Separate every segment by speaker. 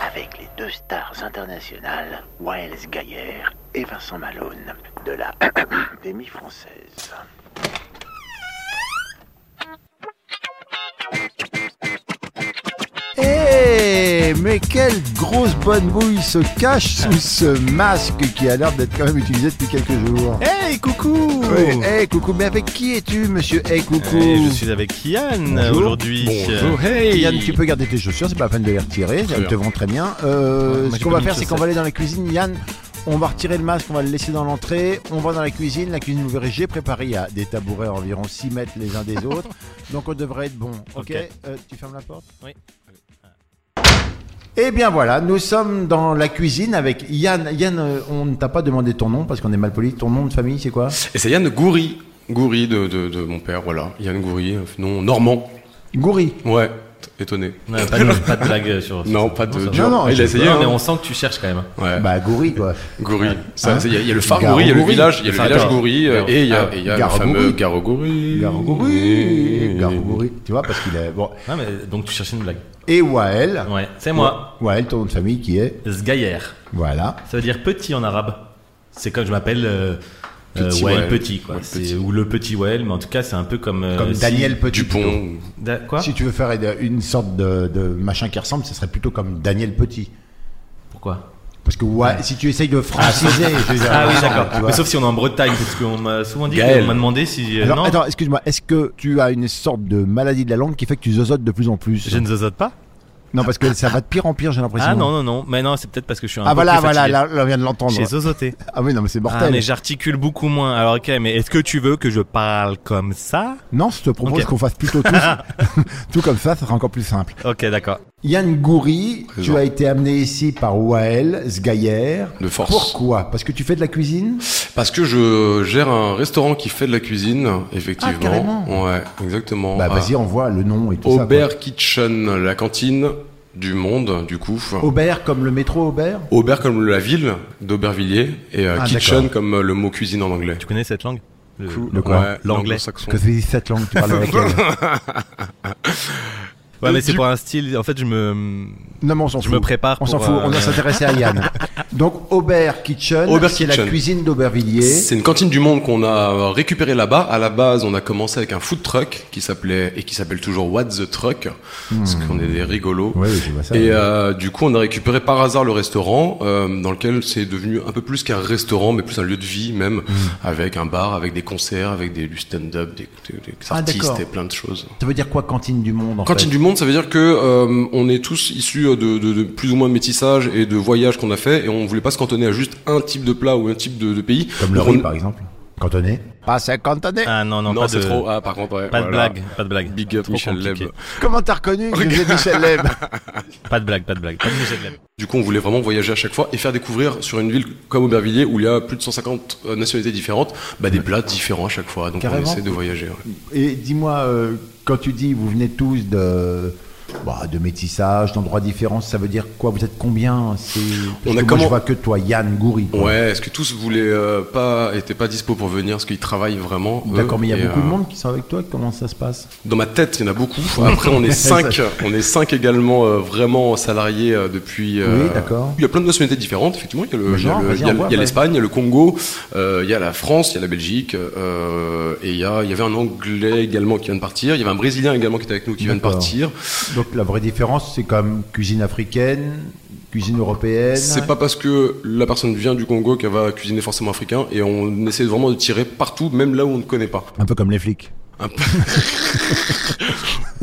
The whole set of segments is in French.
Speaker 1: Avec les deux stars internationales, Waels Gaillère et Vincent Malone, de la Académie française.
Speaker 2: Hey, Eh, mais quelle grosse bonne bouille se cache sous ce masque qui a l'air d'être quand même utilisé depuis quelques jours.
Speaker 3: Hey, coucou
Speaker 2: Oui, hey coucou, mais avec qui es-tu, monsieur Hey coucou
Speaker 3: Et Eh, oh. Je suis avec Yann
Speaker 2: Bonjour.
Speaker 3: aujourd'hui. Euh,
Speaker 2: Bonjour.
Speaker 3: Hey
Speaker 2: Yann, tu peux garder tes chaussures, c'est pas la peine de les retirer, elles
Speaker 3: bien.
Speaker 2: te vont très bien. Euh,
Speaker 3: Ouais, moi,
Speaker 2: ce
Speaker 3: j'ai
Speaker 2: qu'on
Speaker 3: pas
Speaker 2: va
Speaker 3: mis
Speaker 2: faire,
Speaker 3: de
Speaker 2: c'est qu'on va aller dans la cuisine, Yann. On va retirer le masque, on va le laisser dans l'entrée, on va dans la cuisine, la cuisine, vous verrez, j'ai préparé il y a des tabourets à environ 6 mètres les uns des autres, donc on devrait être bon, ok,
Speaker 3: Ok.
Speaker 2: Euh, Tu fermes la porte
Speaker 3: Oui.
Speaker 2: Eh bien voilà, nous sommes dans la cuisine avec Yann. Yann, euh, on ne t'a pas demandé ton nom parce qu'on est mal poli, ton nom de famille c'est quoi
Speaker 4: Et c'est Yann Goury. Goury de, de, de mon père, voilà. Yann Goury, nom normand.
Speaker 2: Gouri.
Speaker 4: Ouais, t- étonné.
Speaker 3: Ouais, pas, de, pas de blague euh, sur.
Speaker 4: Non,
Speaker 3: sur-
Speaker 4: pas
Speaker 3: ça
Speaker 4: de.
Speaker 3: va.
Speaker 2: Non,
Speaker 4: dur.
Speaker 2: non,
Speaker 4: il
Speaker 2: je-
Speaker 4: a essayé.
Speaker 3: Non, mais
Speaker 4: hein.
Speaker 3: on sent que tu cherches quand même.
Speaker 4: Ouais.
Speaker 2: Bah Goury quoi.
Speaker 4: Goury. Ça,
Speaker 2: Hein
Speaker 4: c'est- Il y, a- il y a le phare
Speaker 2: Garo
Speaker 4: Goury, il y a le
Speaker 2: Goury.
Speaker 4: village, il y a le
Speaker 3: Enfin,
Speaker 4: village
Speaker 3: attends.
Speaker 4: Goury, euh,
Speaker 3: Garo.
Speaker 4: et il y a, et il y a le
Speaker 2: Garo
Speaker 4: fameux
Speaker 2: Goury.
Speaker 4: Garo Goury.
Speaker 2: Garo Gouri. Garo Gouri. Tu vois parce qu'il est bon.
Speaker 3: Ouais, mais donc tu cherchais une blague.
Speaker 2: Et Wael.
Speaker 3: Ouais, c'est moi.
Speaker 2: Wael, ton nom de famille qui est
Speaker 3: Sgayer.
Speaker 2: voilà.
Speaker 3: Ça veut dire petit en arabe. C'est comme je m'appelle. Euh, euh,
Speaker 4: Petit
Speaker 3: Wael
Speaker 4: Wael.
Speaker 3: Petit, quoi. C'est- Ou le petit Wael, mais en tout cas, c'est un peu comme. euh,
Speaker 2: Comme
Speaker 3: si-
Speaker 2: Daniel Petit. plutôt.
Speaker 4: Dupont.
Speaker 3: Da- quoi
Speaker 2: Si tu veux faire une- une sorte de, de machin qui ressemble, ce serait plutôt comme Daniel Petit.
Speaker 3: Pourquoi
Speaker 2: Parce que Wael, si tu essayes de franciser, je veux dire,
Speaker 3: Ah oui,
Speaker 2: ensemble, tu
Speaker 3: d'accord.
Speaker 2: vois.
Speaker 3: Mais sauf si on est en Bretagne, parce qu'on m'a souvent dit,
Speaker 4: Gaël.
Speaker 3: on m'a demandé si. euh,
Speaker 2: Alors,
Speaker 3: non,
Speaker 2: attends, excuse-moi, est-ce que tu as une sorte de maladie de la langue qui fait que tu zozotes de plus en plus
Speaker 3: je ne zozote pas.
Speaker 2: Non, parce que ça va de pire en pire, j'ai l'impression.
Speaker 3: Ah non, non, non. Mais non, c'est peut-être parce que je suis un
Speaker 2: Ah
Speaker 3: peu
Speaker 2: voilà,
Speaker 3: plus
Speaker 2: voilà,
Speaker 3: fatigué.
Speaker 2: là, là, on vient de l'entendre.
Speaker 3: J'ai zozoté.
Speaker 2: Ah oui, non, mais c'est mortel.
Speaker 3: Ah, mais j'articule beaucoup moins. Alors, ok, mais est-ce que tu veux que je parle comme ça
Speaker 2: Non, je te propose
Speaker 3: Ok.
Speaker 2: qu'on fasse plutôt tous, tout comme ça, ça sera encore plus simple.
Speaker 3: Ok, d'accord.
Speaker 2: Yann Goury, tu
Speaker 4: Présent.
Speaker 2: as été amené ici par Wael Sgaillère.
Speaker 4: De force.
Speaker 2: Pourquoi Parce que tu fais de la cuisine
Speaker 4: Parce que je gère un restaurant qui fait de la cuisine, effectivement.
Speaker 2: Ah, carrément.
Speaker 4: ouais, exactement.
Speaker 2: Bah
Speaker 4: Ah.
Speaker 2: vas-y, envoie le nom et tout ça. quoi.
Speaker 4: Aubert Kitchen, la cantine du monde, du coup.
Speaker 2: Aubert, comme le métro Aubert
Speaker 4: Aubert comme la ville d'Aubervilliers et euh,
Speaker 2: Ah,
Speaker 4: kitchen
Speaker 2: d'accord.
Speaker 4: comme euh, le mot cuisine en anglais.
Speaker 3: Tu connais cette langue Le-
Speaker 2: Le quoi
Speaker 4: Ouais,
Speaker 3: L'anglais.
Speaker 4: l'anglo-saxon.
Speaker 2: Que tu dis cette langue, tu parles avec elle.
Speaker 3: Ouais, mais c'est
Speaker 2: Du-
Speaker 3: pour un style. En fait, je me.
Speaker 2: Non, mais on s'en
Speaker 3: Je
Speaker 2: fout.
Speaker 3: me prépare
Speaker 2: On
Speaker 3: pour,
Speaker 2: s'en fout,
Speaker 3: euh,
Speaker 2: on va s'intéresser à Yann. Donc, Aubert Kitchen,
Speaker 4: Aubert
Speaker 2: c'est la
Speaker 4: Kitchen.
Speaker 2: cuisine d'Aubervilliers.
Speaker 4: C'est une cantine du monde qu'on a euh, récupérée là-bas. À la base, on a commencé avec un food truck qui s'appelait et qui s'appelle toujours What the Truck, parce qu'on est des rigolos.
Speaker 2: Oui, oui, je vois Hmm. ça.
Speaker 4: Et euh, du coup, on a récupéré par hasard le restaurant, euh, dans lequel c'est devenu un peu plus qu'un restaurant, mais plus un lieu de vie même,
Speaker 2: Hmm.
Speaker 4: avec un bar, avec des concerts, avec des, du stand-up, des, des- des
Speaker 2: Ah, d'accord.
Speaker 4: artistes et plein de choses.
Speaker 2: Ça veut dire quoi, cantine du monde en
Speaker 4: Cantine
Speaker 2: fait
Speaker 4: du monde, ça veut dire que euh, on est tous issus euh, de, de- de plus ou moins de métissage et de voyages qu'on a fait, et on voulait pas se cantonner à juste un type de plat ou un type de, de pays.
Speaker 2: Comme le
Speaker 4: Donc, on-
Speaker 2: riz, par exemple. Cantonné Pas c'est cantonné
Speaker 3: Ah non, non,
Speaker 4: Non,
Speaker 3: pas
Speaker 4: c'est
Speaker 3: de.
Speaker 4: trop. Ah, par contre, ouais,
Speaker 3: Pas de
Speaker 4: voilà.
Speaker 3: blague, pas de blague.
Speaker 4: Big up
Speaker 3: Trop
Speaker 4: Michel
Speaker 3: compliqué.
Speaker 4: Leb.
Speaker 2: Comment t'as reconnu que j'ai Michel Leb
Speaker 3: Pas de blague, pas de blague. Pas de Michel Leb.
Speaker 4: Du coup, on voulait vraiment voyager à chaque fois et faire découvrir sur une ville comme Aubervilliers où il y a plus de 150 euh, nationalités différentes, bah, des plats différents à chaque fois. Donc
Speaker 2: Carrément.
Speaker 4: on essaie de voyager. ouais.
Speaker 2: Et dis-moi, euh, quand tu dis vous venez tous de, bah, de métissage, d'endroits différents, ça veut dire quoi Vous êtes combien C'est-
Speaker 4: On
Speaker 2: parce que
Speaker 4: a
Speaker 2: moi,
Speaker 4: comment-
Speaker 2: je vois que toi, Yann Goury. quoi.
Speaker 4: Ouais, est-ce que tous voulaient euh, pas, étaient pas dispo pour venir parce qu'ils travaillent vraiment. eux,
Speaker 2: D'accord, mais il y a
Speaker 4: et,
Speaker 2: beaucoup de
Speaker 4: euh,
Speaker 2: monde qui sont avec toi. Comment ça se passe
Speaker 4: Dans ma tête, il y en a beaucoup. Après, on est cinq. on est cinq également euh, vraiment salariés euh, depuis.
Speaker 2: Oui, d'accord.
Speaker 4: Il y a plein de nationalités différentes. Effectivement, il y a le-
Speaker 2: Mais
Speaker 4: il y a
Speaker 2: genre,
Speaker 4: le-
Speaker 2: vas-y,
Speaker 4: il y a
Speaker 2: on
Speaker 4: le-
Speaker 2: voit,
Speaker 4: il y a
Speaker 2: ouais.
Speaker 4: l'Espagne, il y a le Congo, euh, il y a la France, il y a la Belgique, euh, et il y a, il y avait un Anglais également qui vient de partir. Il y avait un Brésilien également qui était avec nous qui vient de
Speaker 2: D'accord.
Speaker 4: partir.
Speaker 2: Donc la vraie différence, c'est quand même cuisine africaine, cuisine européenne.
Speaker 4: C'est pas parce que la personne vient du Congo qu'elle va cuisiner forcément africain et on essaie vraiment de tirer partout, même là où on ne connaît pas.
Speaker 2: Un peu comme les flics.
Speaker 4: Un peu-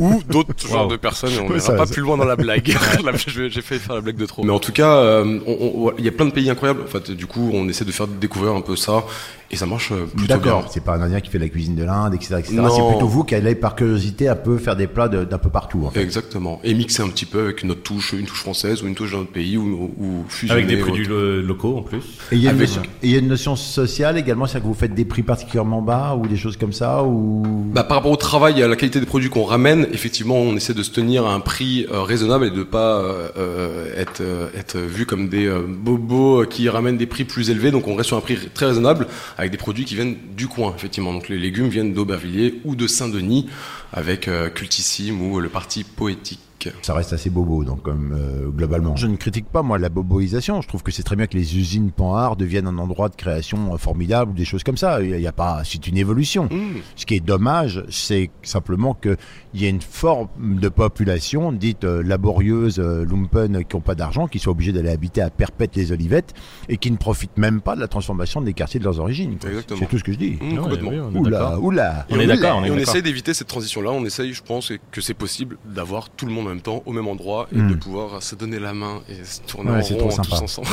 Speaker 4: Ou d'autres genres de personnes, et on
Speaker 2: Oui,
Speaker 4: n'ira
Speaker 2: ça,
Speaker 4: pas
Speaker 2: ça.
Speaker 4: plus loin dans la blague. La- je- J'ai fait faire la blague de trop. Mais en tout cas, euh, on- on- il y a plein de pays incroyables. En fait, du coup, on essaie de faire découvrir un peu ça et ça marche euh, plutôt bien.
Speaker 2: D'accord, c'est pas un Indien qui fait la cuisine de l'Inde, etc. etc.
Speaker 4: Non.
Speaker 2: C'est plutôt vous qui allez par curiosité un peu faire des plats de- d'un peu partout. en fait.
Speaker 4: Exactement. Et mixer un petit peu avec notre touche, une touche française ou une touche d'un autre pays ou, ou fusionner.
Speaker 3: Avec des
Speaker 4: ou-
Speaker 3: produits lo- locaux en plus.
Speaker 2: Et il y, a une
Speaker 4: Avec-
Speaker 2: notion- et il y a une notion sociale également, c'est-à-dire que vous faites des prix particulièrement bas ou des choses comme ça ou...
Speaker 4: Bah, par rapport au travail et à la qualité des produits qu'on ramène, effectivement, on essaie de se tenir à un prix euh, raisonnable et de pas euh, euh, être, euh, être vu comme des euh, bobos qui ramènent des prix plus élevés. Donc, on reste sur un prix très raisonnable avec des produits qui viennent du coin, effectivement. Donc, les légumes viennent d'Aubervilliers ou de Saint-Denis avec euh, Cultissime ou le Parti Poétique.
Speaker 2: Ça reste assez bobo, donc comme euh, globalement. Je ne critique pas moi la boboisation. Je trouve que c'est très bien que les usines Panhard deviennent un endroit de création euh, formidable, ou des choses comme ça. Il y a- il y a pas, c'est une évolution. Ce qui est dommage, c'est simplement que il y a une forme de population dite euh, laborieuse, euh, lumpen, euh, qui n'ont pas d'argent, qui sont obligés d'aller habiter à Perpète les Olivettes et qui ne profitent même pas de la transformation des quartiers de leurs origines. quoi.
Speaker 4: Exactement.
Speaker 2: C'est tout ce que je dis.
Speaker 4: Mmh, complètement.
Speaker 3: oui, on est
Speaker 2: Oula,
Speaker 3: d'accord.
Speaker 2: oula.
Speaker 3: On est
Speaker 2: oula.
Speaker 3: d'accord, on
Speaker 4: Et
Speaker 3: est
Speaker 4: on
Speaker 3: d'accord.
Speaker 4: essaie d'éviter cette transition-là. On essaye, je pense, que c'est possible d'avoir tout le monde en même temps, au même endroit, et
Speaker 2: Mm.
Speaker 4: de pouvoir se donner la main et se tourner
Speaker 2: Ouais,
Speaker 4: en
Speaker 2: c'est
Speaker 4: rond
Speaker 2: trop
Speaker 4: tous
Speaker 2: sympa.
Speaker 4: ensemble.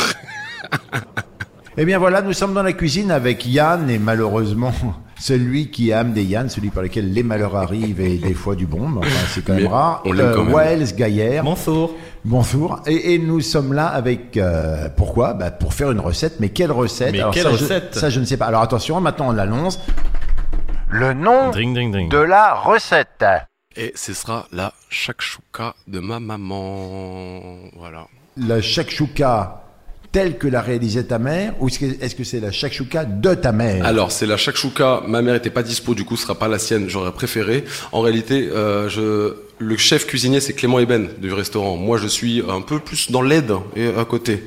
Speaker 2: Eh bien voilà, nous sommes dans la cuisine avec Yann et malheureusement celui qui aime des Yann, celui par lequel les malheurs arrivent et des fois du bon, mais enfin, c'est quand même
Speaker 4: Mais
Speaker 2: rare. euh,
Speaker 4: on l'aime quand même.
Speaker 2: Waels Gaillère,
Speaker 3: Bonsour.
Speaker 2: bonjour. Et, et nous sommes là avec euh, pourquoi bah, Pour faire une recette, mais quelle recette
Speaker 3: Mais
Speaker 2: Alors,
Speaker 3: quelle
Speaker 2: ça, je-
Speaker 3: recette
Speaker 2: Ça je ne sais pas. Alors attention, maintenant on l'annonce. Le nom
Speaker 3: Dring, dring, dring.
Speaker 2: la recette.
Speaker 4: Et ce sera la shakshuka de ma maman. Voilà.
Speaker 2: La shakshuka telle que la réalisait ta mère ou est-ce que- est-ce que c'est la shakshuka de ta mère
Speaker 4: Alors, c'est la shakshuka. Ma mère était pas dispo, du coup, ce sera pas la sienne. J'aurais préféré. En réalité, euh, je... le chef cuisinier, c'est Clément Eben du restaurant. Moi, je suis un peu plus dans l'aide et à côté.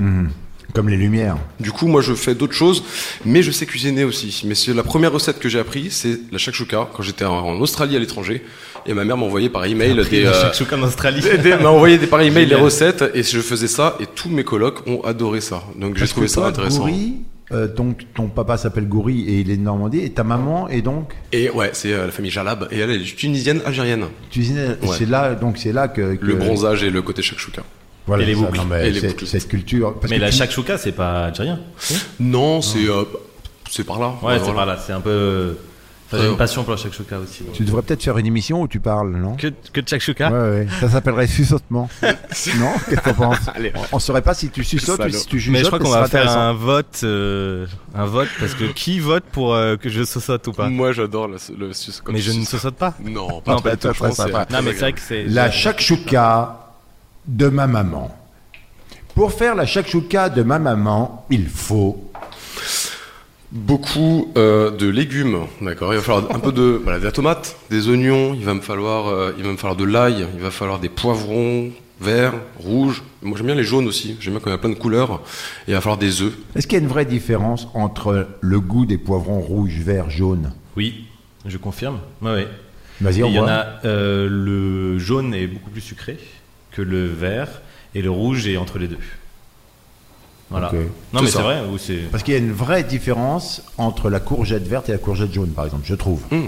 Speaker 2: Comme les lumières.
Speaker 4: Du coup, moi, je fais d'autres choses, mais je sais cuisiner aussi. Mais c'est la première recette que j'ai appris, c'est la shakshuka quand j'étais en- en Australie à l'étranger. Et ma mère m'envoyait par email des,
Speaker 3: Le
Speaker 4: euh,
Speaker 3: shakshuka en Australie.
Speaker 4: des- des- m'a envoyé des par email les
Speaker 3: Génial.
Speaker 4: recettes et je faisais ça et tous mes colocs ont adoré ça. Donc j'ai
Speaker 2: Parce
Speaker 4: trouvé
Speaker 2: que
Speaker 4: ça
Speaker 2: toi,
Speaker 4: intéressant.
Speaker 2: Goury, euh, donc ton papa s'appelle Goury et il est de Normandie et ta maman est donc
Speaker 4: Et ouais, c'est euh, la famille Jalab et elle elle est tunisienne algérienne.
Speaker 2: tunisienne.
Speaker 4: Ouais.
Speaker 2: C'est là donc c'est là que, que-
Speaker 4: Le bronzage et le côté shakshuka.
Speaker 2: Voilà,
Speaker 3: Et les
Speaker 2: c'est ça.
Speaker 3: boucles.
Speaker 2: Non, mais
Speaker 4: Et les
Speaker 2: c'est-
Speaker 4: boucles.
Speaker 2: Cette culture. parce
Speaker 3: Mais
Speaker 2: que
Speaker 3: la
Speaker 2: tu-
Speaker 3: shakshuka, c'est pas algérien.
Speaker 4: Non, c'est euh, c'est par là.
Speaker 3: Ah. Ouais, c'est
Speaker 4: Voilà.
Speaker 3: par là. C'est un peu. Enfin, j'ai
Speaker 4: Euh,
Speaker 3: une passion pour la shakshuka aussi. donc.
Speaker 2: Tu devrais peut-être faire une émission où tu parles, non
Speaker 3: Que, que de shakshuka
Speaker 2: Ouais, ouais. Ça s'appellerait susautement. non Qu'est-ce que t'en penses On saurait pas si tu sussautes ou
Speaker 4: Salaud.
Speaker 2: si tu jugeotes.
Speaker 3: Mais je crois qu'on
Speaker 2: ce
Speaker 3: va
Speaker 2: sera
Speaker 3: faire
Speaker 2: intéressant.
Speaker 3: un vote, euh, un vote parce que qui vote pour euh, que je saute ou pas
Speaker 4: Moi j'adore le, le sus-
Speaker 3: Mais je ne saute pas.
Speaker 4: Non, pas
Speaker 3: Non, pas
Speaker 4: toi, toi,
Speaker 2: toi,
Speaker 4: je pense,
Speaker 2: ça,
Speaker 4: c'est-
Speaker 2: pas.
Speaker 3: Non, mais c'est vrai que c'est.
Speaker 2: La shakshuka de ma maman. Pour faire la shakshuka de ma maman, il faut
Speaker 4: beaucoup euh, de légumes, d'accord. Il va falloir un peu de, voilà, de la tomate, des oignons. Il va me falloir, euh, il va me falloir de l'ail. Il va falloir des poivrons verts, rouges. Moi j'aime bien les jaunes aussi. J'aime bien quand il y a plein de couleurs. Et il va falloir des œufs.
Speaker 2: Est-ce qu'il y a une vraie différence entre le goût des poivrons rouges, verts, jaunes
Speaker 3: Oui, je confirme. Ouais, ouais.
Speaker 2: Vas-y,
Speaker 3: Et
Speaker 2: on
Speaker 3: Il y en
Speaker 2: voit.
Speaker 3: a. euh, le jaune est beaucoup plus sucré que le vert et le rouge est entre les deux. Voilà.
Speaker 2: Ok.
Speaker 3: Non,
Speaker 4: C'est
Speaker 3: mais
Speaker 4: ça.
Speaker 3: c'est vrai. Ou c'est.
Speaker 2: Parce qu'il y a une vraie différence entre la courgette verte et la courgette jaune, par exemple, je trouve.
Speaker 4: De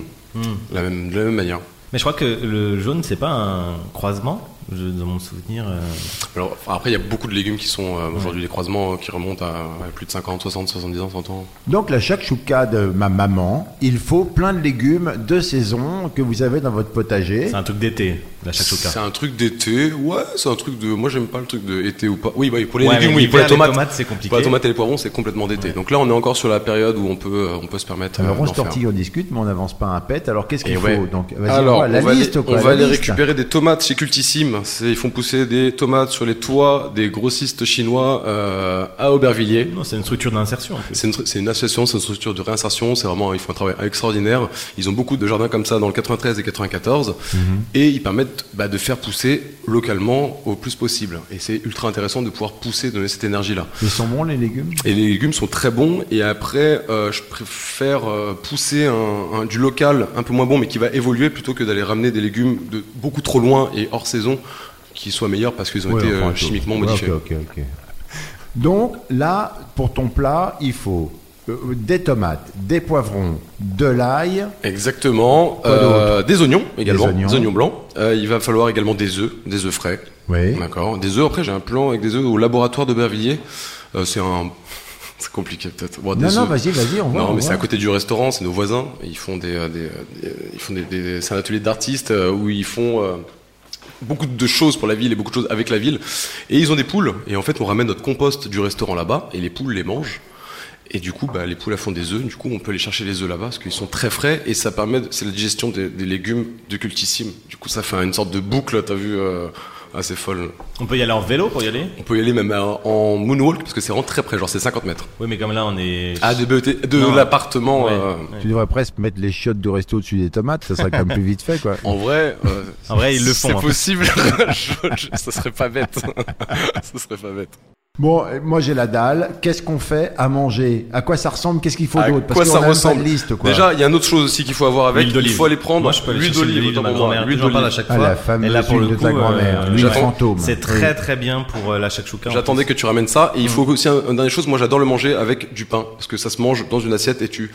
Speaker 4: La même, de la même manière.
Speaker 3: Mais je crois que le jaune, c'est pas un croisement, je- dans mon souvenir. euh,
Speaker 4: Alors, enfin, après, il y a beaucoup de légumes qui sont euh, aujourd'hui des croisements euh, qui remontent à ouais, plus de 50, 60, 70 ans, 100 ans.
Speaker 2: Donc la shakshuka de ma maman, il faut plein de légumes de saison que vous avez dans votre potager.
Speaker 3: C'est un truc d'été, la shakshuka.
Speaker 4: C'est un truc d'été, ouais, c'est un truc de. Moi, j'aime pas le truc de été ou pas. Oui, bah, pour les
Speaker 3: Ouais,
Speaker 4: légumes,
Speaker 3: mais
Speaker 4: oui, pour
Speaker 3: l'hiver,
Speaker 4: la tomate.
Speaker 3: les tomates, c'est compliqué.
Speaker 4: Pour la tomate et les poivrons, c'est complètement d'été. Donc là, on est encore sur la période où on peut, euh, on peut se permettre. euh,
Speaker 2: Alors on se
Speaker 4: d'en faire.
Speaker 2: tortille, on discute, mais on n'avance pas un pet. Alors qu'est-ce qu'il
Speaker 4: Et
Speaker 2: faut
Speaker 4: ouais.
Speaker 2: Donc vas-y, on
Speaker 4: Alors,
Speaker 2: voit la
Speaker 4: on va,
Speaker 2: liste.
Speaker 4: aller,
Speaker 2: quoi,
Speaker 4: on
Speaker 2: la
Speaker 4: va aller
Speaker 2: liste.
Speaker 4: récupérer des tomates chez Cultissime. C'est- Ils font pousser des tomates sur les toits des grossistes chinois euh, à Aubervilliers.
Speaker 3: Non, c'est une structure d'insertion. en fait.
Speaker 4: C'est une, stru- c'est une association, c'est une structure de réinsertion. C'est vraiment, ils font un travail extraordinaire. Ils ont beaucoup de jardins comme ça dans le 93 et 94,
Speaker 2: Mhm.
Speaker 4: et ils permettent bah, de faire pousser localement au plus possible. Et c'est ultra intéressant de pouvoir pousser, donner cette énergie-là.
Speaker 2: Ils sont bons les légumes
Speaker 4: Et les légumes sont très bons. Et après, euh, je préfère euh, pousser un, un- du local un peu moins bon, mais qui va évoluer, plutôt que d'aller ramener des légumes de beaucoup trop loin et hors saison. qui soient meilleurs parce qu'ils ont
Speaker 2: Ouais,
Speaker 4: été
Speaker 2: enfin,
Speaker 4: euh,
Speaker 2: tout.
Speaker 4: chimiquement
Speaker 2: Ouais,
Speaker 4: modifiés.
Speaker 2: ok, ok, ok. Donc là, pour ton plat, il faut euh, des tomates, des poivrons, de l'ail.
Speaker 4: Exactement. Euh, des oignons également, des
Speaker 2: oignons.
Speaker 4: oignons, blancs. Euh, il va falloir également des œufs, des œufs frais.
Speaker 2: Oui.
Speaker 4: D'accord. Des œufs. Après, j'ai un plan avec des œufs au laboratoire de Bervilliers. Euh, c'est un, c'est compliqué peut-être. Bon, des
Speaker 2: Non, non,
Speaker 4: œufs.
Speaker 2: vas-y, vas-y, on voit.
Speaker 4: Non,
Speaker 2: on
Speaker 4: mais c'est
Speaker 2: voit.
Speaker 4: à côté du restaurant, c'est nos voisins. Ils font des, euh, des, euh, des- ils font des, des- c'est un atelier d'artistes euh, où ils font euh, beaucoup de choses pour la ville et beaucoup de choses avec la ville. Et ils ont des poules. Et en fait, on ramène notre compost du restaurant là-bas et les poules les mangent. Et du coup, bah, les poules elles font des œufs. Du coup, on peut aller chercher les œufs là-bas parce qu'ils sont très frais et ça permet, de- c'est la digestion des, des légumes de cultissime. Du coup, ça fait une sorte de boucle. T'as vu, euh, assez folle.
Speaker 3: On peut y aller en vélo pour y aller
Speaker 4: On peut y aller même en en moonwalk parce que c'est vraiment très près. Genre, c'est 50 mètres.
Speaker 3: Oui, mais comme là, on est.
Speaker 4: Ah, de,
Speaker 3: Non.
Speaker 4: de l'appartement.
Speaker 3: Ouais,
Speaker 4: euh,
Speaker 3: ouais.
Speaker 2: Tu devrais presque mettre les chiottes du resto au-dessus des tomates, ça serait quand même plus vite fait, quoi.
Speaker 4: En vrai, euh,
Speaker 3: En vrai, ils le
Speaker 4: si
Speaker 3: font,
Speaker 4: C'est
Speaker 3: hein.
Speaker 4: possible. je- je- ça serait pas bête. ça serait pas bête.
Speaker 2: Bon, et moi j'ai la dalle. Qu'est-ce qu'on fait à manger À quoi ça ressemble Qu'est-ce qu'il faut
Speaker 4: À
Speaker 2: d'autre Parce
Speaker 4: quoi
Speaker 2: qu'on
Speaker 4: ça
Speaker 2: a même
Speaker 4: ressemble
Speaker 2: pas de liste, quoi.
Speaker 4: Déjà, il y a une autre chose aussi qu'il faut avoir avec.
Speaker 3: L'huile d'olive.
Speaker 4: Il faut aller prendre
Speaker 3: Moi, je peux aller
Speaker 4: l'huile
Speaker 3: chercher
Speaker 4: d'olive.
Speaker 3: l'huile de
Speaker 4: autant
Speaker 3: ma
Speaker 4: pour moi.
Speaker 3: grand-mère.
Speaker 4: L'huile
Speaker 3: J'en parle à
Speaker 4: d'olive.
Speaker 3: chaque
Speaker 2: Ah,
Speaker 3: fois.
Speaker 2: la fameuse
Speaker 3: Et là, pour
Speaker 2: huile
Speaker 3: le
Speaker 2: de ta
Speaker 3: coup,
Speaker 2: grand-mère,
Speaker 3: euh,
Speaker 2: l'huile
Speaker 3: j'attends-
Speaker 2: fantôme.
Speaker 3: C'est
Speaker 2: Oui.
Speaker 3: très très bien pour euh, la shakshuka. en
Speaker 4: J'attendais
Speaker 3: plus.
Speaker 4: que tu ramènes ça. Et
Speaker 3: Mmh.
Speaker 4: il faut aussi un, un dernier chose. Moi, j'adore le manger avec du pain parce que ça se mange dans une assiette et tu.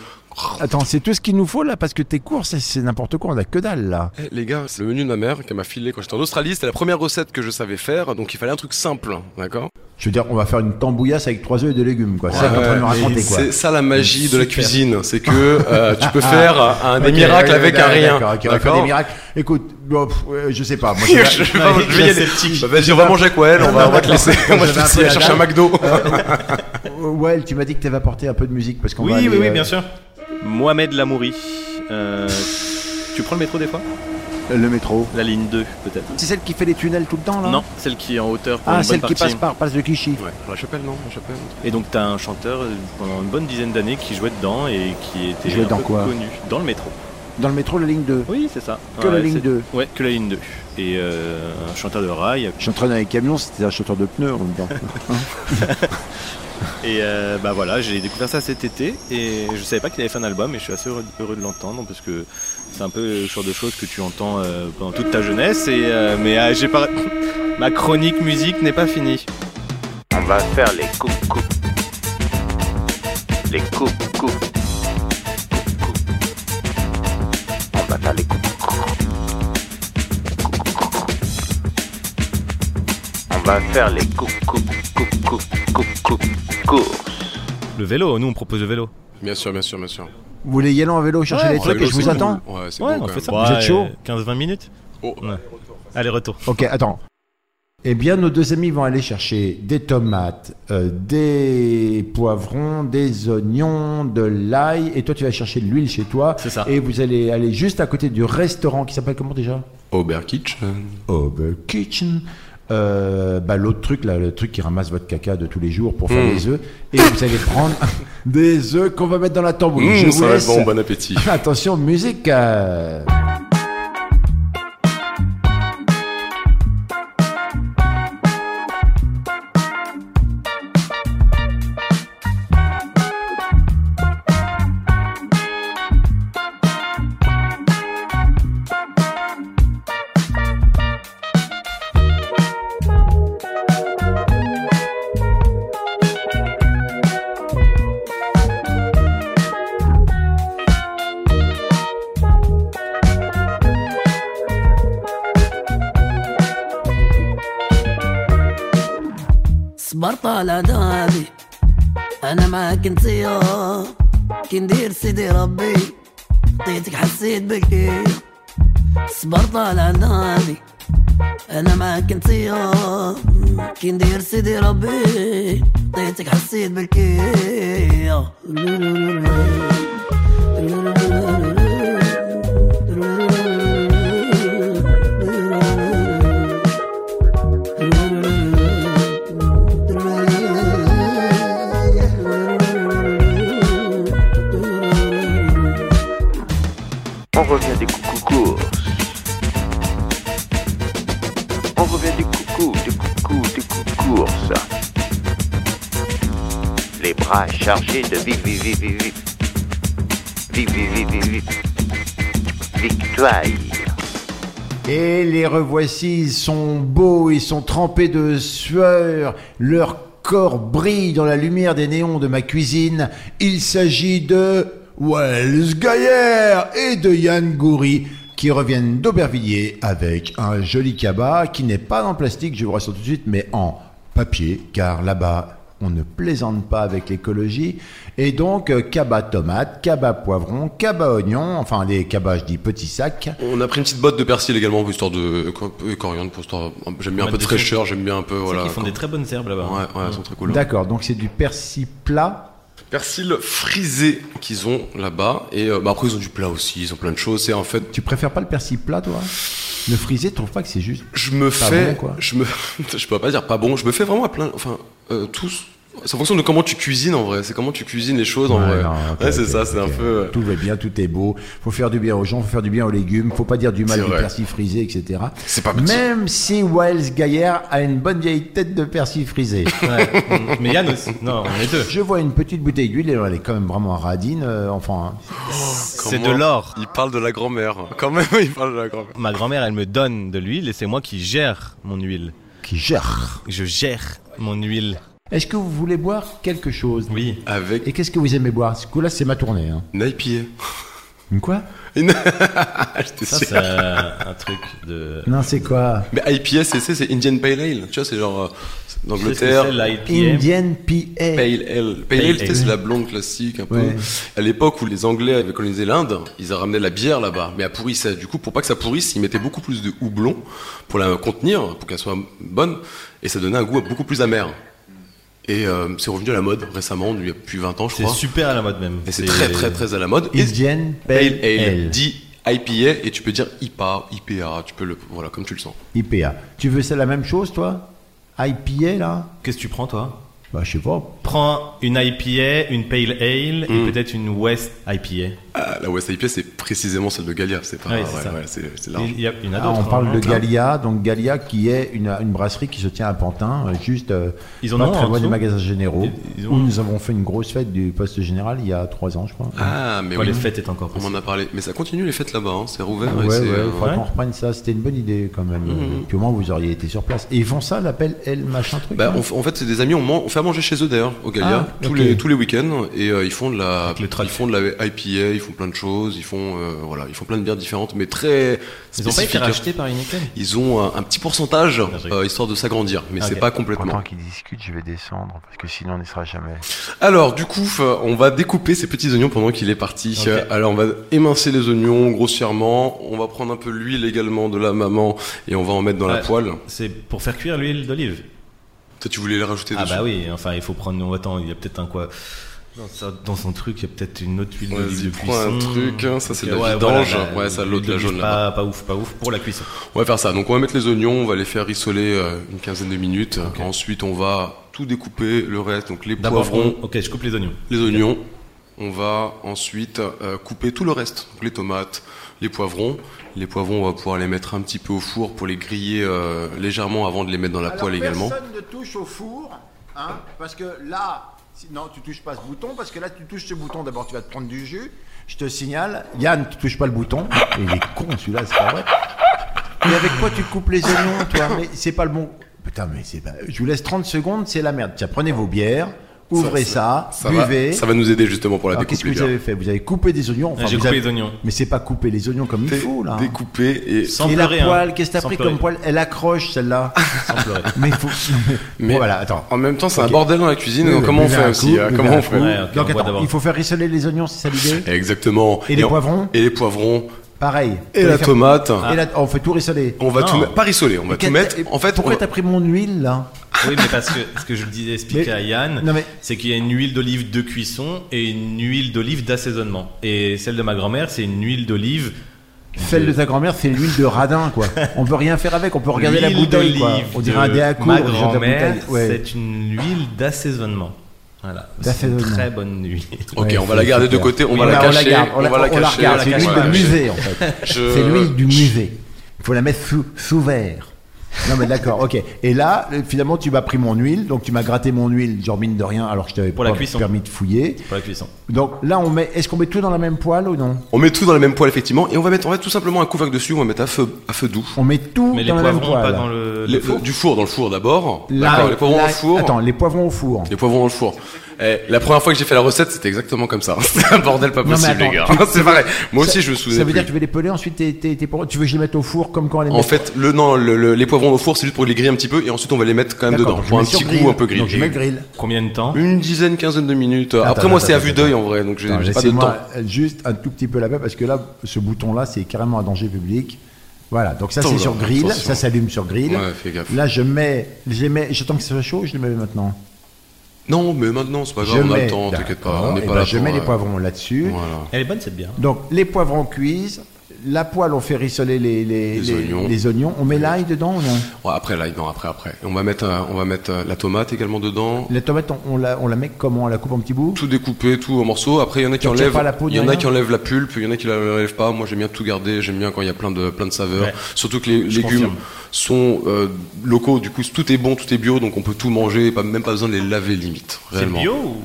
Speaker 2: Attends, c'est tout ce qu'il nous faut là parce que tes courses, c'est- c'est n'importe quoi, on a que dalle là.
Speaker 4: Eh, les gars, c'est le menu de ma mère qu'elle m'a filé quand j'étais en Australie. C'était la première recette que je savais faire. Donc, il fallait un truc simple. D'accord
Speaker 2: Je veux dire, on va faire une tambouillasse avec trois œufs et des légumes, quoi. C'est ça qu'on est en train de nous
Speaker 4: Ouais, mais
Speaker 2: raconter, quoi. Ah.
Speaker 4: C'est ça la magie de la
Speaker 3: Super.
Speaker 4: cuisine, c'est que euh, tu peux faire un, des
Speaker 2: Ok,
Speaker 4: miracles
Speaker 2: ouais,
Speaker 4: avec
Speaker 2: ouais,
Speaker 4: un
Speaker 2: ouais,
Speaker 4: rien.
Speaker 2: D'accord, ok, on va faire des miracles. Écoute, bon, pff, euh, je sais pas. Moi, j'ai-
Speaker 4: je vais, pas- je vais y aller.
Speaker 3: Sceptique.
Speaker 4: Bah, Vas-y, on va manger quoi elle On
Speaker 2: Non,
Speaker 4: va,
Speaker 2: non,
Speaker 4: on va te
Speaker 2: d'accord.
Speaker 4: laisser.
Speaker 2: Moi,
Speaker 4: Moi, je
Speaker 2: j'avais
Speaker 4: vais
Speaker 2: un peu
Speaker 4: essayer
Speaker 2: la
Speaker 4: de chercher un
Speaker 2: dalle.
Speaker 4: McDo.
Speaker 2: ouais, Euh, tu m'as dit que t'avais apporté un peu de musique parce qu'on
Speaker 3: Oui,
Speaker 2: va
Speaker 3: oui,
Speaker 2: aller,
Speaker 3: oui,
Speaker 2: euh,
Speaker 3: bien sûr. Mohamed Lamouri. euh, tu prends le métro des fois
Speaker 5: Le métro.
Speaker 3: La ligne 2, peut-être.
Speaker 2: C'est celle qui fait les tunnels tout le temps là
Speaker 5: Non, celle qui est en hauteur pour une
Speaker 2: Ah,
Speaker 5: bonne
Speaker 2: celle qui
Speaker 5: partie.
Speaker 2: passe par passe de Clichy.
Speaker 4: La chapelle, non La chapelle.
Speaker 3: Et donc t'as un chanteur euh, pendant une bonne dizaine d'années qui jouait dedans et qui était
Speaker 2: Jouait
Speaker 3: un
Speaker 2: dans
Speaker 3: peu
Speaker 2: quoi
Speaker 3: connu dans le métro.
Speaker 2: Dans le métro, la ligne 2.
Speaker 3: Oui, c'est ça.
Speaker 2: Que la ligne
Speaker 3: c'est-
Speaker 2: 2.
Speaker 3: Ouais, que la ligne 2. Et euh, un chanteur de rail.
Speaker 2: Je suis en train les camions, c'était un chanteur de pneus en même temps.
Speaker 3: Et euh, bah voilà, j'ai découvert ça cet été et je savais pas qu'il avait fait un album et je suis assez heureux, heureux de l'entendre parce que c'est un peu le genre de choses que tu entends euh, pendant toute ta jeunesse. Et euh, mais ah, j'ai pas, ma chronique musique n'est pas finie.
Speaker 1: On va faire les coupes-coupes. Les coupes-coupes. Coupes-coupes. On va faire les coupes-coupes. On va faire les coupes-coupes. Coupes-coupes. Coupes-coupes. Courses.
Speaker 3: Le vélo, nous on propose le vélo.
Speaker 4: Bien sûr, bien sûr, bien sûr.
Speaker 2: vous voulez y aller en vélo chercher
Speaker 3: Ouais,
Speaker 2: les
Speaker 3: on
Speaker 4: Ouais,
Speaker 2: trucs et je
Speaker 4: c'est
Speaker 2: vous
Speaker 4: cool.
Speaker 2: attends
Speaker 4: Ouais, c'est
Speaker 3: Ouais,
Speaker 4: beau,
Speaker 3: on
Speaker 4: quand
Speaker 3: fait ça.
Speaker 2: même. Vous êtes chaud
Speaker 3: 15-20 minutes
Speaker 4: même. Oh.
Speaker 3: Ouais. Allez, retour.
Speaker 2: Ok, attends. Eh bien, nos deux amis vont aller chercher des tomates, euh, des poivrons, des oignons, de l'ail, et toi tu vas chercher de l'huile chez toi.
Speaker 3: C'est ça.
Speaker 2: Et vous allez aller juste à côté du restaurant qui s'appelle comment déjà
Speaker 4: Aubert Kitchen.
Speaker 2: Over Kitchen. Euh, bah, l'autre truc là, le truc qui ramasse votre caca de tous les jours pour faire
Speaker 4: Mm.
Speaker 2: des œufs et vous allez prendre des œufs qu'on va mettre dans la tambouille.
Speaker 4: Mmh,
Speaker 2: Je vous
Speaker 4: ça va être
Speaker 2: laisse.
Speaker 4: bon, bon appétit.
Speaker 2: Attention musique. euh.
Speaker 6: صبرت على دعابي انا معاك انتيا كي ندير سيدي ربي عطيتك حسيت بكي صبرت على دعابي انا معاك انتيا كي ندير سيدي ربي عطيتك حسيت بكي
Speaker 1: On revient des coucou courses. On revient des coucou, des coucou, des coucou courses. Les bras chargés de vive, vive, vive, vive, vive. Vive, vive, vive, vive, vive. Victoire.
Speaker 2: Et les revoici, ils sont beaux, ils sont trempés de sueur, leur corps brille dans la lumière des néons de ma cuisine. Il s'agit de Wells Gaillard et de Yann Goury qui reviennent d'Aubervilliers avec un joli cabas qui n'est pas en plastique, je vous rassure tout de suite, mais en papier, car là-bas, on ne plaisante pas avec l'écologie. Et donc, euh, cabas tomate, cabas poivron, cabas oignon, enfin les cabas, je dis petits sacs.
Speaker 4: On a pris une petite botte de persil également, histoire de euh, cor- euh, coriandre, pour histoire. J'aime bien un
Speaker 3: Ouais,
Speaker 4: peu de
Speaker 3: des
Speaker 4: fraîcheur, j'aime bien un peu. Voilà,
Speaker 3: Ils font des très bonnes herbes là-bas.
Speaker 4: Ouais, ouais, elles sont très cool.
Speaker 2: D'accord, donc c'est du persil plat.
Speaker 4: Persil frisé qu'ils ont là-bas. Et euh, bah, après, ils ont du plat aussi, ils ont plein de choses. C'est en fait.
Speaker 2: Tu préfères pas le persil plat, toi Le frisé, tu trouves pas que c'est juste
Speaker 4: Je me
Speaker 2: Pas
Speaker 4: fais.
Speaker 2: bon, quoi.
Speaker 4: Je me. je peux pas dire pas bon, je me fais vraiment à plein. Enfin, euh, tous. C'est en fonction de comment tu cuisines en vrai. C'est comment tu cuisines les choses en
Speaker 2: Ouais,
Speaker 4: vrai.
Speaker 2: non, ok,
Speaker 4: ouais, c'est
Speaker 2: ok,
Speaker 4: ça, c'est un
Speaker 2: ok.
Speaker 4: peu. euh,
Speaker 2: Tout va bien, tout est beau. Faut faire du bien aux gens, faut faire du bien aux légumes, faut pas dire du mal
Speaker 4: C'est
Speaker 2: du
Speaker 4: vrai.
Speaker 2: persil frisé, etc.
Speaker 4: C'est pas petit.
Speaker 2: Même si Wells Gaillard a une bonne vieille tête de persil frisé.
Speaker 3: Ouais. Mm. Mais Yann aussi. Non, on est deux.
Speaker 2: Je vois une petite bouteille d'huile, et elle est quand même vraiment radine, euh, enfin. hein.
Speaker 3: C'est de
Speaker 4: Comment
Speaker 3: l'or.
Speaker 4: Il parle de la grand-mère. Quand même, il parle de la grand-mère.
Speaker 3: Ma grand-mère, elle me donne de l'huile et c'est moi qui gère mon huile.
Speaker 2: qui gère.
Speaker 3: Je gère mon huile.
Speaker 2: Est-ce que vous voulez boire quelque chose
Speaker 3: Oui.
Speaker 4: Avec
Speaker 2: Et qu'est-ce que vous aimez boire Ce coup-là, c'est ma tournée. Hein.
Speaker 4: une IPA.
Speaker 2: Une quoi
Speaker 4: Une- J'étais
Speaker 3: Ça,
Speaker 4: sûr.
Speaker 3: c'est euh, un truc de.
Speaker 2: Non, c'est quoi
Speaker 4: Mais IPA, c'est c'est- c'est Indian Pale Ale. Tu vois, c'est genre euh,
Speaker 3: Je sais
Speaker 4: c'est
Speaker 3: ce que
Speaker 4: d'Angleterre.
Speaker 3: c'est, l'IPA.
Speaker 2: Indian PA.
Speaker 4: Pale Ale. Pale Ale, tu sais,
Speaker 3: Ale.
Speaker 4: c'est la blonde classique un peu.
Speaker 2: Ouais.
Speaker 4: À l'époque où les Anglais avaient colonisé l'Inde, ils ramenaient de la bière là-bas, mais elle pourrissait. Du coup, pour pas que ça pourrisse, ils mettaient beaucoup plus de houblon pour la contenir, pour qu'elle soit bonne, et ça donnait un goût beaucoup plus amer. Et euh, c'est revenu à la mode récemment, depuis 20 ans, je
Speaker 3: C'est
Speaker 4: crois.
Speaker 3: super à la mode même.
Speaker 4: Et c'est très très très à la mode. Et
Speaker 2: Indian Pale
Speaker 4: Pale Ale
Speaker 2: Ale.
Speaker 4: dit IPA et tu peux dire IPA, IPA, tu peux le voilà comme tu le sens.
Speaker 2: IPA. Tu veux c'est la même chose, toi IPA, là
Speaker 3: Qu'est-ce que tu prends toi
Speaker 2: Bah, je sais pas.
Speaker 3: Prends une IPA, une Pale Ale
Speaker 4: Hmm.
Speaker 3: et peut-être une West IPA.
Speaker 4: Ah, la West IPA c'est précisément celle de Gallia, c'est pas
Speaker 3: Ouais,
Speaker 4: ouais,
Speaker 3: c'est ça.
Speaker 4: ouais, c'est c'est large.
Speaker 3: Il y, a- il y en a
Speaker 2: Ah,
Speaker 3: d'autres.
Speaker 2: on parle
Speaker 3: hein.
Speaker 2: de Galia, donc Galia qui est une, une brasserie qui se tient à Pantin, euh, juste euh,
Speaker 3: Ils en
Speaker 2: pas
Speaker 3: ont
Speaker 2: très
Speaker 3: en
Speaker 2: loin des
Speaker 3: dessous
Speaker 2: magasins généraux.
Speaker 3: Ils- ils
Speaker 2: où
Speaker 3: ont-
Speaker 2: nous avons fait une grosse fête du poste général il y a trois ans, je crois.
Speaker 4: Ah mais
Speaker 3: Quand
Speaker 4: oui.
Speaker 3: les fêtes est encore
Speaker 4: On
Speaker 3: possible.
Speaker 4: m'en a parlé, mais ça continue les fêtes là-bas, hein. c'est rouvert.
Speaker 2: Ah Ouais,
Speaker 4: et
Speaker 2: ouais,
Speaker 4: c'est,
Speaker 2: il
Speaker 4: euh,
Speaker 2: faudra
Speaker 3: ouais. Mmh,
Speaker 2: qu'on reprenne ça. C'était une bonne idée quand même. euh, Puis au moins vous auriez été sur place. Et ils font ça, l'appel L machin truc.
Speaker 4: bah,
Speaker 2: là
Speaker 4: on f- en fait, c'est des amis, on, man- on fait à manger chez eux d'ailleurs, au Gallia,
Speaker 2: Ah,
Speaker 4: tous,
Speaker 2: ok.
Speaker 4: les, tous les week-ends, et euh, ils font de la,
Speaker 3: le truck.
Speaker 4: ils font de la IPA, ils font plein de choses, ils font, euh, voilà, ils font plein de bières différentes, mais très
Speaker 3: Ils ont pas été
Speaker 4: spécifiques.
Speaker 3: rachetés par Heineken
Speaker 4: Ils ont un, un petit pourcentage,
Speaker 3: j'ai-
Speaker 4: euh, histoire de s'agrandir, mais
Speaker 3: Ok.
Speaker 4: c'est pas complètement.
Speaker 2: qu'ils discutent, je vais descendre parce que sinon on n'y sera jamais.
Speaker 4: Alors, du coup, euh, on va découper ces petits oignons pendant qu'il est parti.
Speaker 3: Ok.
Speaker 4: Euh, Alors, on va émincer les oignons grossièrement. On va prendre un peu l'huile également de la maman et on va en mettre dans la
Speaker 3: Ouais.
Speaker 4: poêle.
Speaker 3: C'est pour faire cuire l'huile d'olive.
Speaker 4: Toi, tu voulais les rajouter
Speaker 3: Ah
Speaker 4: dessus.
Speaker 3: bah oui, enfin il faut prendre. Attends, il y a peut-être un quoi. Dans, sa- dans son truc, il y a peut-être une autre huile d'olive
Speaker 4: Vas-y,
Speaker 3: de
Speaker 4: prends un
Speaker 3: cuisson.
Speaker 4: truc, hein, ça, c'est de la
Speaker 3: Ouais,
Speaker 4: vidange. hein.
Speaker 3: voilà,
Speaker 4: Ouais, ça, l'autre, la
Speaker 3: l'huile
Speaker 4: jaune,
Speaker 3: d'olive,
Speaker 4: là-bas.
Speaker 3: Pas, pas ouf, pas ouf pour la cuisson.
Speaker 4: On va faire ça. Donc, on va mettre les oignons, on va les faire rissoler euh, une quinzaine de minutes. Ensuite, on va tout découper, le reste, donc les
Speaker 3: D'abord,
Speaker 4: poivrons,
Speaker 3: on- ok, je coupe les oignons.
Speaker 4: les oignons. On va ensuite euh, couper tout le reste, donc les tomates, les poivrons. Les poivrons, on va pouvoir les mettre un petit peu au four pour les griller euh, légèrement avant de les mettre dans la poêle également.
Speaker 2: Personne ne touche au four, hein, parce que là, si- non, tu touches pas ce bouton, parce que là, tu touches ce bouton. D'abord, tu vas te prendre du jus. Je te signale, Yann, tu touches pas le bouton. Il est con, celui-là, c'est pas vrai. Et avec quoi tu coupes les oignons, toi Mais c'est pas le bon. Putain, mais c'est pas. Je vous laisse 30 secondes, c'est la merde. Tiens, prenez vos bières, ouvrez ça,
Speaker 4: Ça va,
Speaker 2: buvez.
Speaker 4: ça va nous aider justement pour la
Speaker 2: Alors,
Speaker 4: découpe.
Speaker 2: Ah, qu'est-ce que
Speaker 4: les
Speaker 2: vous
Speaker 4: gars.
Speaker 2: avez fait Vous avez coupé des oignons.
Speaker 3: J'ai
Speaker 2: vous
Speaker 3: coupé
Speaker 2: avez-
Speaker 3: les oignons.
Speaker 2: Mais c'est pas couper les oignons comme il faut, là. hein.
Speaker 4: Découper et
Speaker 3: Sans
Speaker 2: et
Speaker 3: pleurer,
Speaker 2: la
Speaker 3: hein.
Speaker 2: poêle, qu'est-ce que t'as
Speaker 3: Sans
Speaker 2: pris
Speaker 3: pleurer.
Speaker 2: comme poêle Elle accroche celle-là.
Speaker 3: Sans pleurer.
Speaker 2: Mais il faut.
Speaker 4: Mais-
Speaker 2: Bon, voilà, attends.
Speaker 4: en même temps, c'est
Speaker 2: Ok.
Speaker 4: un bordel dans la cuisine.
Speaker 2: Oui,
Speaker 4: donc
Speaker 2: oui,
Speaker 4: comment on
Speaker 2: buvez
Speaker 4: fait
Speaker 2: un
Speaker 4: aussi
Speaker 2: coup,
Speaker 4: hein,
Speaker 2: buvez
Speaker 4: Comment
Speaker 2: un
Speaker 4: on fait
Speaker 2: coup.
Speaker 3: Ouais, ok, on
Speaker 2: Donc
Speaker 3: boit
Speaker 2: attends,
Speaker 3: d'abord.
Speaker 2: il faut faire rissoler les oignons, c'est ça l'idée
Speaker 4: Exactement.
Speaker 2: Et les
Speaker 4: on-
Speaker 2: poivrons
Speaker 4: Et les poivrons.
Speaker 2: Pareil.
Speaker 4: Et
Speaker 2: Faut
Speaker 4: la
Speaker 2: les faire- Ah.
Speaker 4: tomate.
Speaker 2: Et la- On fait tout rissoler.
Speaker 4: On va
Speaker 3: Non.
Speaker 4: tout mettre. Pas rissoler, on va tout
Speaker 2: Qu'est-
Speaker 4: mettre. En fait,
Speaker 2: pourquoi
Speaker 4: on-
Speaker 2: t'as pris mon huile là
Speaker 3: Oui, mais parce que ce que je le disais, expliquer
Speaker 2: Mais-
Speaker 3: à Yann,
Speaker 2: non, mais-
Speaker 3: c'est qu'il y a une huile d'olive de cuisson et une huile d'olive d'assaisonnement. Et celle de ma grand-mère, c'est une huile d'olive.
Speaker 2: Celle de ta grand-mère, c'est l'huile de radin quoi. On peut rien faire avec, on peut regarder la
Speaker 3: L'huile
Speaker 2: bouteille quoi.
Speaker 3: d'olive
Speaker 2: On dirait un
Speaker 3: de
Speaker 2: dé à coudre,
Speaker 3: Ma
Speaker 2: on jette la
Speaker 3: grand-mère,
Speaker 2: bouteille. Ouais.
Speaker 3: c'est une huile d'assaisonnement. Voilà. C'est une
Speaker 2: D'assaisonnement.
Speaker 3: très bonne huile.
Speaker 4: Ok,
Speaker 2: Ouais,
Speaker 4: on va
Speaker 2: c'est
Speaker 4: la garder de
Speaker 2: super.
Speaker 4: côté, on
Speaker 2: Oui, bah,
Speaker 4: va
Speaker 2: on la-
Speaker 4: la
Speaker 2: on la
Speaker 4: cacher.
Speaker 2: garde, on la-
Speaker 4: va
Speaker 2: on la
Speaker 4: cacher.
Speaker 2: regarde, c'est
Speaker 4: on va
Speaker 2: l'huile
Speaker 4: la
Speaker 2: de
Speaker 4: cacher.
Speaker 2: musée en fait.
Speaker 4: Je-
Speaker 2: C'est l'huile du musée. Il faut la mettre sous, sous verre. Non mais d'accord, ok. Et là, finalement, tu m'as pris mon huile, donc tu m'as gratté mon huile, genre mine de rien, alors que je t'avais
Speaker 3: Pour
Speaker 2: pas
Speaker 3: la cuisson.
Speaker 2: permis de fouiller.
Speaker 3: Pour la cuisson.
Speaker 2: Donc là, on met, est-ce qu'on met tout dans la même poêle ou non
Speaker 4: On met tout dans la même poêle effectivement et on va mettre on va tout simplement un couvercle dessus, on va mettre à feu à feu doux.
Speaker 2: On met tout
Speaker 3: Mais les
Speaker 2: dans la même
Speaker 3: poivrons,
Speaker 2: poêle.
Speaker 3: pas dans le.
Speaker 4: Les- du four dans le four d'abord.
Speaker 2: Là,
Speaker 4: D'accord, les poivrons
Speaker 2: là-
Speaker 4: dans le four.
Speaker 2: Attends, les poivrons au four.
Speaker 4: Les poivrons dans le four. Eh, la première fois que j'ai fait la recette, c'était exactement comme ça. C'était un bordel pas
Speaker 2: Non, mais
Speaker 4: possible,
Speaker 2: attends,
Speaker 4: les gars.
Speaker 2: tu-
Speaker 4: C'est pareil. Moi
Speaker 2: Ça-
Speaker 4: aussi, je me souviens.
Speaker 2: Ça veut
Speaker 4: plus.
Speaker 2: dire que tu veux les peler, ensuite tes- tes- tes poivrons- tu veux que je les mette au four comme quand on les met
Speaker 4: En fait, le, non, le- le- les poivrons au four, c'est juste pour les griller un petit peu et ensuite on va les mettre quand même
Speaker 2: D'accord,
Speaker 4: dedans.
Speaker 2: donc je
Speaker 4: Pour un
Speaker 2: mets sur
Speaker 4: petit
Speaker 2: grill.
Speaker 4: coup un peu grillé.
Speaker 2: Donc je mets grill.
Speaker 3: Combien de temps
Speaker 4: Une dizaine, quinzaine de minutes. Après,
Speaker 2: Attends,
Speaker 4: moi, c'est à
Speaker 2: attends,
Speaker 4: vue
Speaker 2: attends,
Speaker 4: d'œil en vrai, donc j'ai
Speaker 2: Attends,
Speaker 4: j'ai pas de temps.
Speaker 2: Laissez-moi euh, juste un tout petit peu la bas parce que là, ce bouton-là, c'est carrément un danger public. Voilà, donc ça
Speaker 4: Attends,
Speaker 2: c'est
Speaker 4: là,
Speaker 2: sur grill,
Speaker 4: attention.
Speaker 2: ça s'allume sur grill.
Speaker 4: Ouais, fais gaffe.
Speaker 2: Là, je mets, je mets, j'attends que ça soit chaud, je les mets maintenant.
Speaker 4: Non, mais maintenant, c'est pas
Speaker 2: je
Speaker 4: grave, Ah bah, on a
Speaker 2: mets,
Speaker 4: le temps, t'inquiète pas.
Speaker 2: d'accord,
Speaker 4: On n'est
Speaker 2: eh
Speaker 4: pas
Speaker 2: ben,
Speaker 4: là
Speaker 2: Je
Speaker 4: pour,
Speaker 2: mets les
Speaker 4: euh,
Speaker 2: poivrons là-dessus.
Speaker 4: Voilà.
Speaker 3: Elle est bonne cette bière.
Speaker 2: Donc les poivrons cuisent, la poêle on fait rissoler les, les,
Speaker 4: Les oignons.
Speaker 2: oignons. on met l'ail dedans ou non
Speaker 4: Ouais, après, là, non, après, après. On va mettre, euh, on va mettre euh, la tomate également dedans.
Speaker 2: La tomate, on, on la, on la met comment On la coupe en petits bouts
Speaker 4: Tout découpé, tout en morceaux. Après, il y en a qui
Speaker 2: Donc, y a
Speaker 4: enlèvent.
Speaker 2: pas la peau
Speaker 4: Il
Speaker 2: ni
Speaker 4: y en a
Speaker 2: rien
Speaker 4: qui enlèvent la pulpe, il y en a qui la enlèvent pas. Moi, j'aime bien tout garder. J'aime bien quand il y a plein de, plein de saveurs.
Speaker 3: Ouais.
Speaker 4: Surtout que les
Speaker 3: Je
Speaker 4: légumes
Speaker 3: confirme.
Speaker 4: sont euh, locaux. Du coup, tout est bon, tout est bio, donc on peut tout manger. Pas, même pas besoin de les laver limite.
Speaker 3: C'est
Speaker 4: Réellement.
Speaker 3: bio ou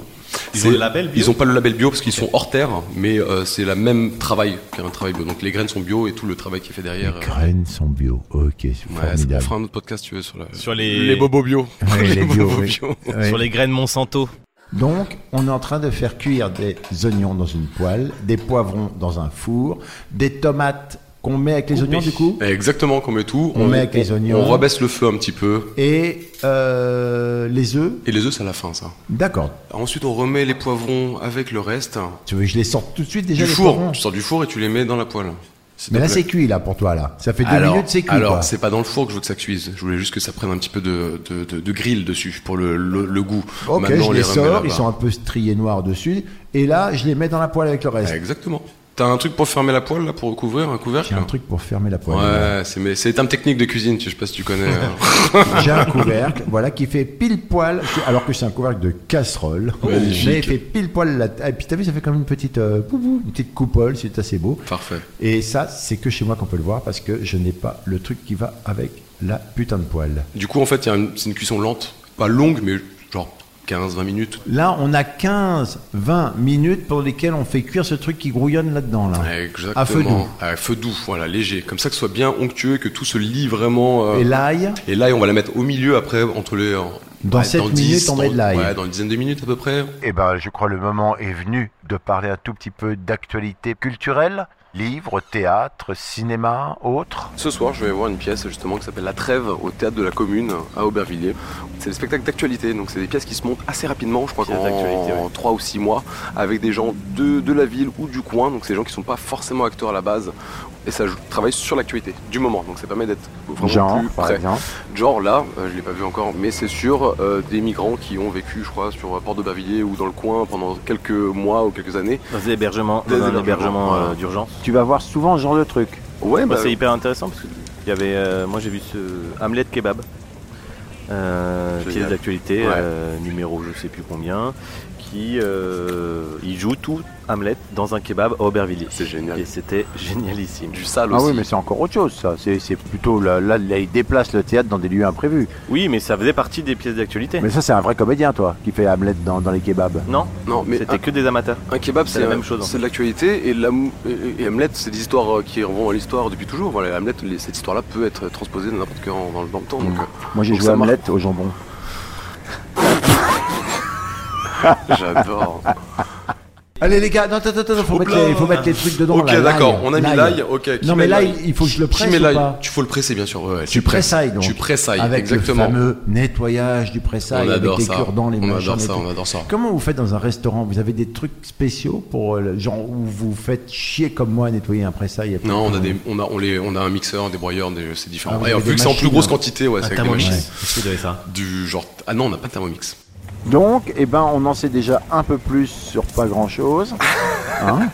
Speaker 3: Ils
Speaker 4: C'est-
Speaker 3: ont le label bio
Speaker 4: Ils ont pas le label bio parce qu'ils sont hors terre, mais euh, c'est la même travail qu'un travail bio. Donc les graines sont bio et tout le travail qui est fait derrière. euh,
Speaker 2: graines sont bio, ok, c'est
Speaker 4: Ouais, ça- on fera un autre podcast, tu veux, sur, la-
Speaker 3: Sur les-
Speaker 4: bobos bio.
Speaker 2: Ouais, les bio,
Speaker 4: bobos
Speaker 2: oui.
Speaker 4: bio.
Speaker 2: Ouais.
Speaker 3: Sur les graines Monsanto.
Speaker 2: Donc, on est en train de faire cuire des oignons dans une poêle, des poivrons dans un four, des tomates qu'on met avec les oignons du coup,
Speaker 4: Exactement, qu'on met tout.
Speaker 2: On met avec les oignons.
Speaker 4: On rebaisse le feu un petit peu.
Speaker 2: et euh, les œufs.
Speaker 4: Et les œufs, c'est à la fin, ça.
Speaker 2: D'accord.
Speaker 4: Ensuite, on remet les poivrons avec le reste
Speaker 2: Tu veux que je les sorte tout de suite déjà
Speaker 4: du
Speaker 2: les
Speaker 4: four.
Speaker 2: poivrons
Speaker 4: Tu sors du four et tu les mets dans la poêle. s'il
Speaker 2: Mais
Speaker 4: te
Speaker 2: là,
Speaker 4: plaît.
Speaker 2: c'est cuit là pour toi là. Ça fait deux
Speaker 4: alors,
Speaker 2: minutes, c'est cuit.
Speaker 4: alors,
Speaker 2: quoi.
Speaker 4: c'est pas dans le four que je veux que ça cuise. Je voulais juste que ça prenne un petit peu de, de, de- de grill dessus pour le, le- le goût.
Speaker 2: Ok,
Speaker 4: Maintenant,
Speaker 2: je
Speaker 4: on
Speaker 2: les
Speaker 4: remet
Speaker 2: sors,
Speaker 4: là-bas.
Speaker 2: ils sont un peu striés noirs dessus, et là, je les mets dans la poêle avec le reste.
Speaker 4: Ah, Exactement. T'as un truc pour fermer la poêle, là, pour recouvrir un couvercle
Speaker 2: J'ai un truc pour fermer la poêle.
Speaker 4: Ouais, c'est mais c'est un technique de cuisine, je sais pas si tu connais. euh.
Speaker 2: J'ai un couvercle, voilà, qui fait pile poil, alors que c'est un couvercle de casserole.
Speaker 4: Magnifique.
Speaker 2: Mais il fait pile poil la taille. Et puis t'as vu, ça fait comme une petite, euh, boubou, une petite coupole, c'est assez beau.
Speaker 4: Parfait.
Speaker 2: Et ça, c'est que chez moi qu'on peut le voir parce que je n'ai pas le truc qui va avec la putain de poêle.
Speaker 4: Du coup, en fait, il y a une- c'est une cuisson lente, pas longue, mais genre 15-20 minutes.
Speaker 2: Là, on a 15, 20 minutes pour lesquelles on fait cuire ce truc qui grouillonne là-dedans, là.
Speaker 4: Exactement.
Speaker 2: À feu doux.
Speaker 4: À feu doux, voilà, léger. Comme ça que ce soit bien onctueux, que tout se lie vraiment. euh,
Speaker 2: Et l'ail,
Speaker 4: Et l'ail, on va la mettre au milieu après, entre les. euh,
Speaker 2: Dans sept minutes, on
Speaker 4: dans-
Speaker 2: met de l'ail.
Speaker 4: Ouais, dans une dizaine de minutes à peu près.
Speaker 2: Eh ben, je crois le moment est venu de parler un tout petit peu d'actualité culturelle. Livres, théâtre, cinéma, autres.
Speaker 4: Ce soir, je vais voir une pièce justement qui s'appelle La Trêve au théâtre de la Commune à Aubervilliers. C'est des spectacles d'actualité, donc c'est des pièces qui se montent assez rapidement, je crois
Speaker 3: Pièces
Speaker 4: qu'en
Speaker 3: d'actualité, ouais.
Speaker 4: 3 ou 6 mois, avec des gens de, de la ville ou du coin, donc c'est des gens qui sont pas forcément acteurs à la base. Et ça jou- travaille sur l'actualité du moment, donc ça permet d'être vraiment plus près. Genre là, euh, je l'ai pas vu encore, mais c'est sûr, euh, des migrants qui ont vécu, je crois, sur euh, Port de Bavilliers ou dans le coin pendant quelques mois ou quelques années.
Speaker 3: Dans des hébergements,
Speaker 4: Des
Speaker 3: dans un
Speaker 4: hébergements,
Speaker 3: hébergement euh,
Speaker 4: voilà.
Speaker 3: d'urgence.
Speaker 5: Tu vas voir souvent ce genre de truc.
Speaker 4: Ouais,
Speaker 3: Bah,
Speaker 4: bah,
Speaker 3: c'est hyper intéressant parce que il y avait, euh, moi j'ai vu ce Hamlet Kebab, euh,
Speaker 4: Génial.
Speaker 3: pièce d'actualité,
Speaker 4: Ouais.
Speaker 3: euh, numéro je sais plus combien, qui euh, il joue tout Hamlet dans un kebab à Aubervilliers.
Speaker 4: c'est génial.
Speaker 3: Et c'était génialissime.
Speaker 4: Du sale
Speaker 5: Ah
Speaker 4: aussi.
Speaker 5: oui, mais c'est encore autre chose, ça. C'est c'est plutôt là, là, là, il déplace le théâtre dans des lieux imprévus.
Speaker 3: Oui, mais ça faisait partie des pièces d'actualité.
Speaker 5: Mais ça, c'est un vrai comédien, toi, qui fait Hamlet dans, dans les kebabs.
Speaker 3: Non,
Speaker 4: Non, mais
Speaker 3: c'était que des amateurs.
Speaker 4: Un kebab, c'est la même
Speaker 3: chose, hein.
Speaker 4: C'est de l'actualité et, la, et- et Hamlet, c'est des histoires euh, qui remontent à l'histoire depuis toujours. Voilà, Hamlet, les- cette histoire-là peut être transposée dans n'importe quand dans le dans le temps. Donc, euh,
Speaker 5: Moi, j'ai
Speaker 4: Donc
Speaker 5: joué
Speaker 4: ça marche.
Speaker 5: Hamlet au jambon.
Speaker 4: j'adore.
Speaker 2: Allez les gars, non, attends, attends, faut,
Speaker 4: Hop
Speaker 2: mettre
Speaker 4: là.
Speaker 2: les, faut mettre les trucs dedans.
Speaker 4: ok,
Speaker 2: là,
Speaker 4: d'accord. On a mis l'ail. Ok. qui
Speaker 2: Non,
Speaker 4: met
Speaker 2: mais l'ail, il faut que je le presse
Speaker 4: Qui met
Speaker 2: ou
Speaker 4: l'ail
Speaker 2: pas
Speaker 4: Tu faut le presser, bien sûr. ouais, ouais,
Speaker 2: Tu pressailles donc.
Speaker 4: Tu pressailles.
Speaker 2: Avec
Speaker 4: exactement.
Speaker 2: le fameux nettoyage du pressail
Speaker 4: on
Speaker 2: avec
Speaker 4: adore
Speaker 2: des
Speaker 4: ça.
Speaker 2: cure-dents, les
Speaker 4: on
Speaker 2: machins,
Speaker 4: adore
Speaker 2: les
Speaker 4: ça.
Speaker 2: trucs.
Speaker 4: On adore ça.
Speaker 2: Comment vous faites dans un restaurant Vous avez des trucs spéciaux pour euh, le- genre où vous faites chier comme moi à nettoyer un pressail et-
Speaker 4: Non, on a des, on a, on les, on a un mixeur, des broyeurs, des- c'est
Speaker 2: Ah,
Speaker 4: différent.
Speaker 2: vous
Speaker 4: Et
Speaker 2: avez
Speaker 4: vu
Speaker 2: des
Speaker 4: que c'est en plus
Speaker 2: machines,
Speaker 4: grosse
Speaker 2: hein.
Speaker 4: quantité, ouais, c'est avec des machines.
Speaker 3: Est-ce que vous avez ça
Speaker 4: Du genre, ah non, on n'a pas de Thermomix.
Speaker 5: Donc, eh ben, on en sait déjà un peu plus sur pas grand chose. Hein,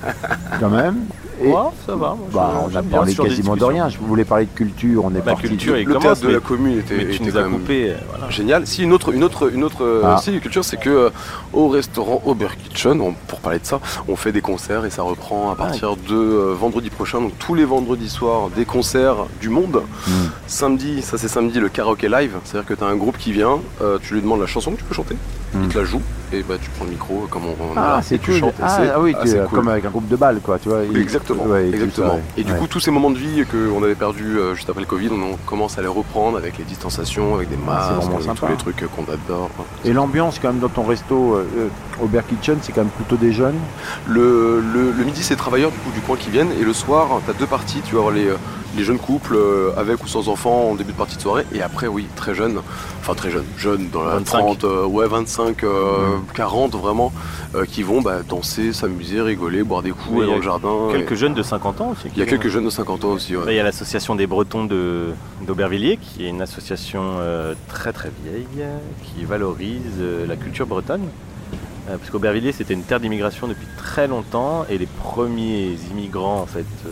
Speaker 5: quand même. Et-
Speaker 3: Ouais, ça va. moi,
Speaker 5: Bah,
Speaker 3: je-
Speaker 5: on a
Speaker 3: j'aime bien
Speaker 5: parlé
Speaker 3: ce genre
Speaker 5: quasiment de
Speaker 3: discussion.
Speaker 5: rien. Je voulais parler de culture, on est
Speaker 4: Bah,
Speaker 3: La
Speaker 5: parti.
Speaker 3: culture est
Speaker 5: de-
Speaker 4: Le
Speaker 3: commence,
Speaker 4: théâtre de
Speaker 3: mais,
Speaker 4: la commune était,
Speaker 3: mais tu
Speaker 4: était
Speaker 3: nous
Speaker 4: quand
Speaker 3: as
Speaker 4: même
Speaker 3: coupé. euh, voilà.
Speaker 4: Ah. génial. Si une autre, une autre, une autre, euh,
Speaker 5: Ah.
Speaker 4: si, culture, c'est que euh, au restaurant Ober Kitchen, on- pour parler de ça, on fait des concerts et ça reprend
Speaker 5: Ah.
Speaker 4: à partir de euh, vendredi prochain. Donc tous les vendredis soirs, des concerts du monde.
Speaker 5: Mm.
Speaker 4: Samedi, ça c'est samedi, le karaoké live. C'est-à-dire que tu as un groupe qui vient, euh, tu lui demandes la chanson que tu peux chanter,
Speaker 5: Mm.
Speaker 4: il te la joue et bah tu prends le micro comme on on
Speaker 5: Ah,
Speaker 4: a, et
Speaker 5: c'est
Speaker 4: tu
Speaker 5: cool.
Speaker 4: chantes. et
Speaker 5: ah,
Speaker 4: c'est
Speaker 5: ah oui, tu-
Speaker 4: assez cool.
Speaker 5: comme avec un groupe de balles, quoi. Tu vois, il-
Speaker 4: Exactement,
Speaker 5: ouais, tout ça,
Speaker 4: exactement.
Speaker 5: ouais.
Speaker 4: Et du
Speaker 5: Ouais.
Speaker 4: coup, tous ces moments de vie qu'on avait perdus euh, juste après le Covid, on commence à les reprendre avec les distanciations, avec des masques,
Speaker 5: Ah, vraiment
Speaker 4: avec
Speaker 5: sympa,
Speaker 4: tous les
Speaker 5: hein.
Speaker 4: trucs euh, qu'on adore.
Speaker 5: Et l'ambiance quand même dans ton resto euh, euh, au Bear Kitchen, c'est quand même plutôt des jeunes.
Speaker 4: Le, le- le midi, c'est les travailleurs du coup du coin qui viennent, et le soir, t'as deux parties. Tu vas avoir les, euh, les jeunes couples euh, avec ou sans enfants en début de partie de soirée, et après, oui, très jeunes, enfin très jeunes, jeunes dans la
Speaker 3: 25.
Speaker 4: 30, euh, ouais, 25, euh,
Speaker 5: Mmh.
Speaker 4: 40 vraiment, euh, qui vont bah, danser, s'amuser, rigoler, boire des coups,
Speaker 3: Oui,
Speaker 4: aller
Speaker 3: il y a
Speaker 4: dans le jardin.
Speaker 3: Quelques
Speaker 4: et-
Speaker 3: jeunes de 50 ans aussi. qui
Speaker 4: Il y a
Speaker 3: viennent.
Speaker 4: quelques jeunes de 50 ans aussi. ouais.
Speaker 3: Là, Il y a l'association des Bretons de- d'Aubervilliers, qui est une association euh, très très vieille, euh, qui valorise euh, la culture bretonne. Euh, parce qu'Aubervilliers, c'était une terre d'immigration depuis très longtemps, et les premiers immigrants en fait euh,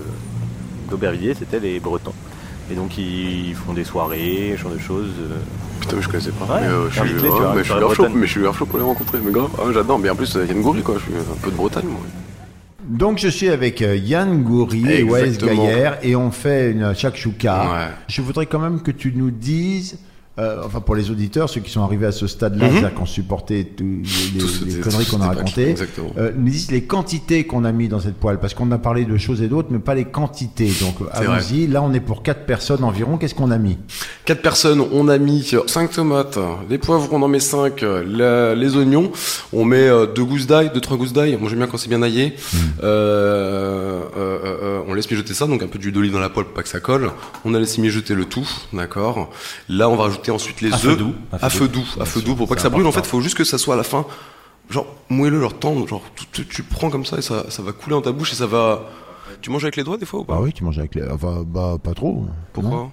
Speaker 3: d'Aubervilliers, c'était les Bretons. Et donc ils font des soirées, ce genre de choses. euh,
Speaker 4: Putain, mais je connaissais pas.
Speaker 3: Ouais,
Speaker 4: mais, euh, je suis,
Speaker 3: invite-les, tu
Speaker 4: ouais,
Speaker 3: vois,
Speaker 4: mais
Speaker 3: sur
Speaker 4: je suis
Speaker 3: la
Speaker 4: grave chaud,
Speaker 3: Bretagne.
Speaker 4: mais je suis grave chaud pour les rencontrer. Mais grave, ah, j'adore. Mais en plus, euh, Yann Goury, quoi. Je suis un peu de Bretagne, moi.
Speaker 2: Donc je suis avec euh, Yann Goury et
Speaker 4: Exactement.
Speaker 2: Wallace Gaillère et on fait une euh, shakshuka.
Speaker 4: Ouais.
Speaker 2: Je voudrais quand même que tu nous dises, euh, enfin pour les auditeurs, ceux qui sont arrivés à ce stade-là, c'est-à-dire qui ont supporté tout- les,
Speaker 4: Tout ce-
Speaker 2: les
Speaker 4: tout
Speaker 2: conneries
Speaker 4: ce
Speaker 2: qu'on a
Speaker 4: débat qui-
Speaker 2: racontées,
Speaker 4: exactement.
Speaker 2: euh, nous disent les quantités qu'on a mis dans cette poêle, parce qu'on a parlé de choses et d'autres, mais pas les quantités. Donc
Speaker 4: C'est vrai.
Speaker 2: allons-y, là on est pour quatre personnes environ, qu'est-ce qu'on a mis
Speaker 4: Quatre personnes, on a mis 5 tomates, les poivrons, on en met 5, les oignons, on met 2 gousses d'ail, 2-3 gousses d'ail, moi j'aime bien quand c'est bien aillé,
Speaker 3: Mm.
Speaker 4: Euh, euh, euh, euh, on laisse mijoter ça, donc un peu d'huile d'olive dans la poêle pour pas que ça colle, on a laissé mijoter le tout, d'accord, là on va rajouter ensuite les
Speaker 3: À
Speaker 4: œufs,
Speaker 3: feu doux, à feu
Speaker 4: à
Speaker 3: doux.
Speaker 4: feu doux, à
Speaker 3: Bien
Speaker 4: feu
Speaker 3: sûr,
Speaker 4: doux, pour pas que
Speaker 3: c'est
Speaker 4: ça brûle, en fait
Speaker 3: important.
Speaker 4: faut juste que ça soit à la fin, genre moelleux, genre tendre, genre tu, tu- tu prends comme ça et ça, ça va couler dans ta bouche et ça va... Tu manges avec les doigts des fois ou pas
Speaker 2: Bah oui, tu manges avec les... Enfin, bah pas trop.
Speaker 4: Pourquoi
Speaker 2: Non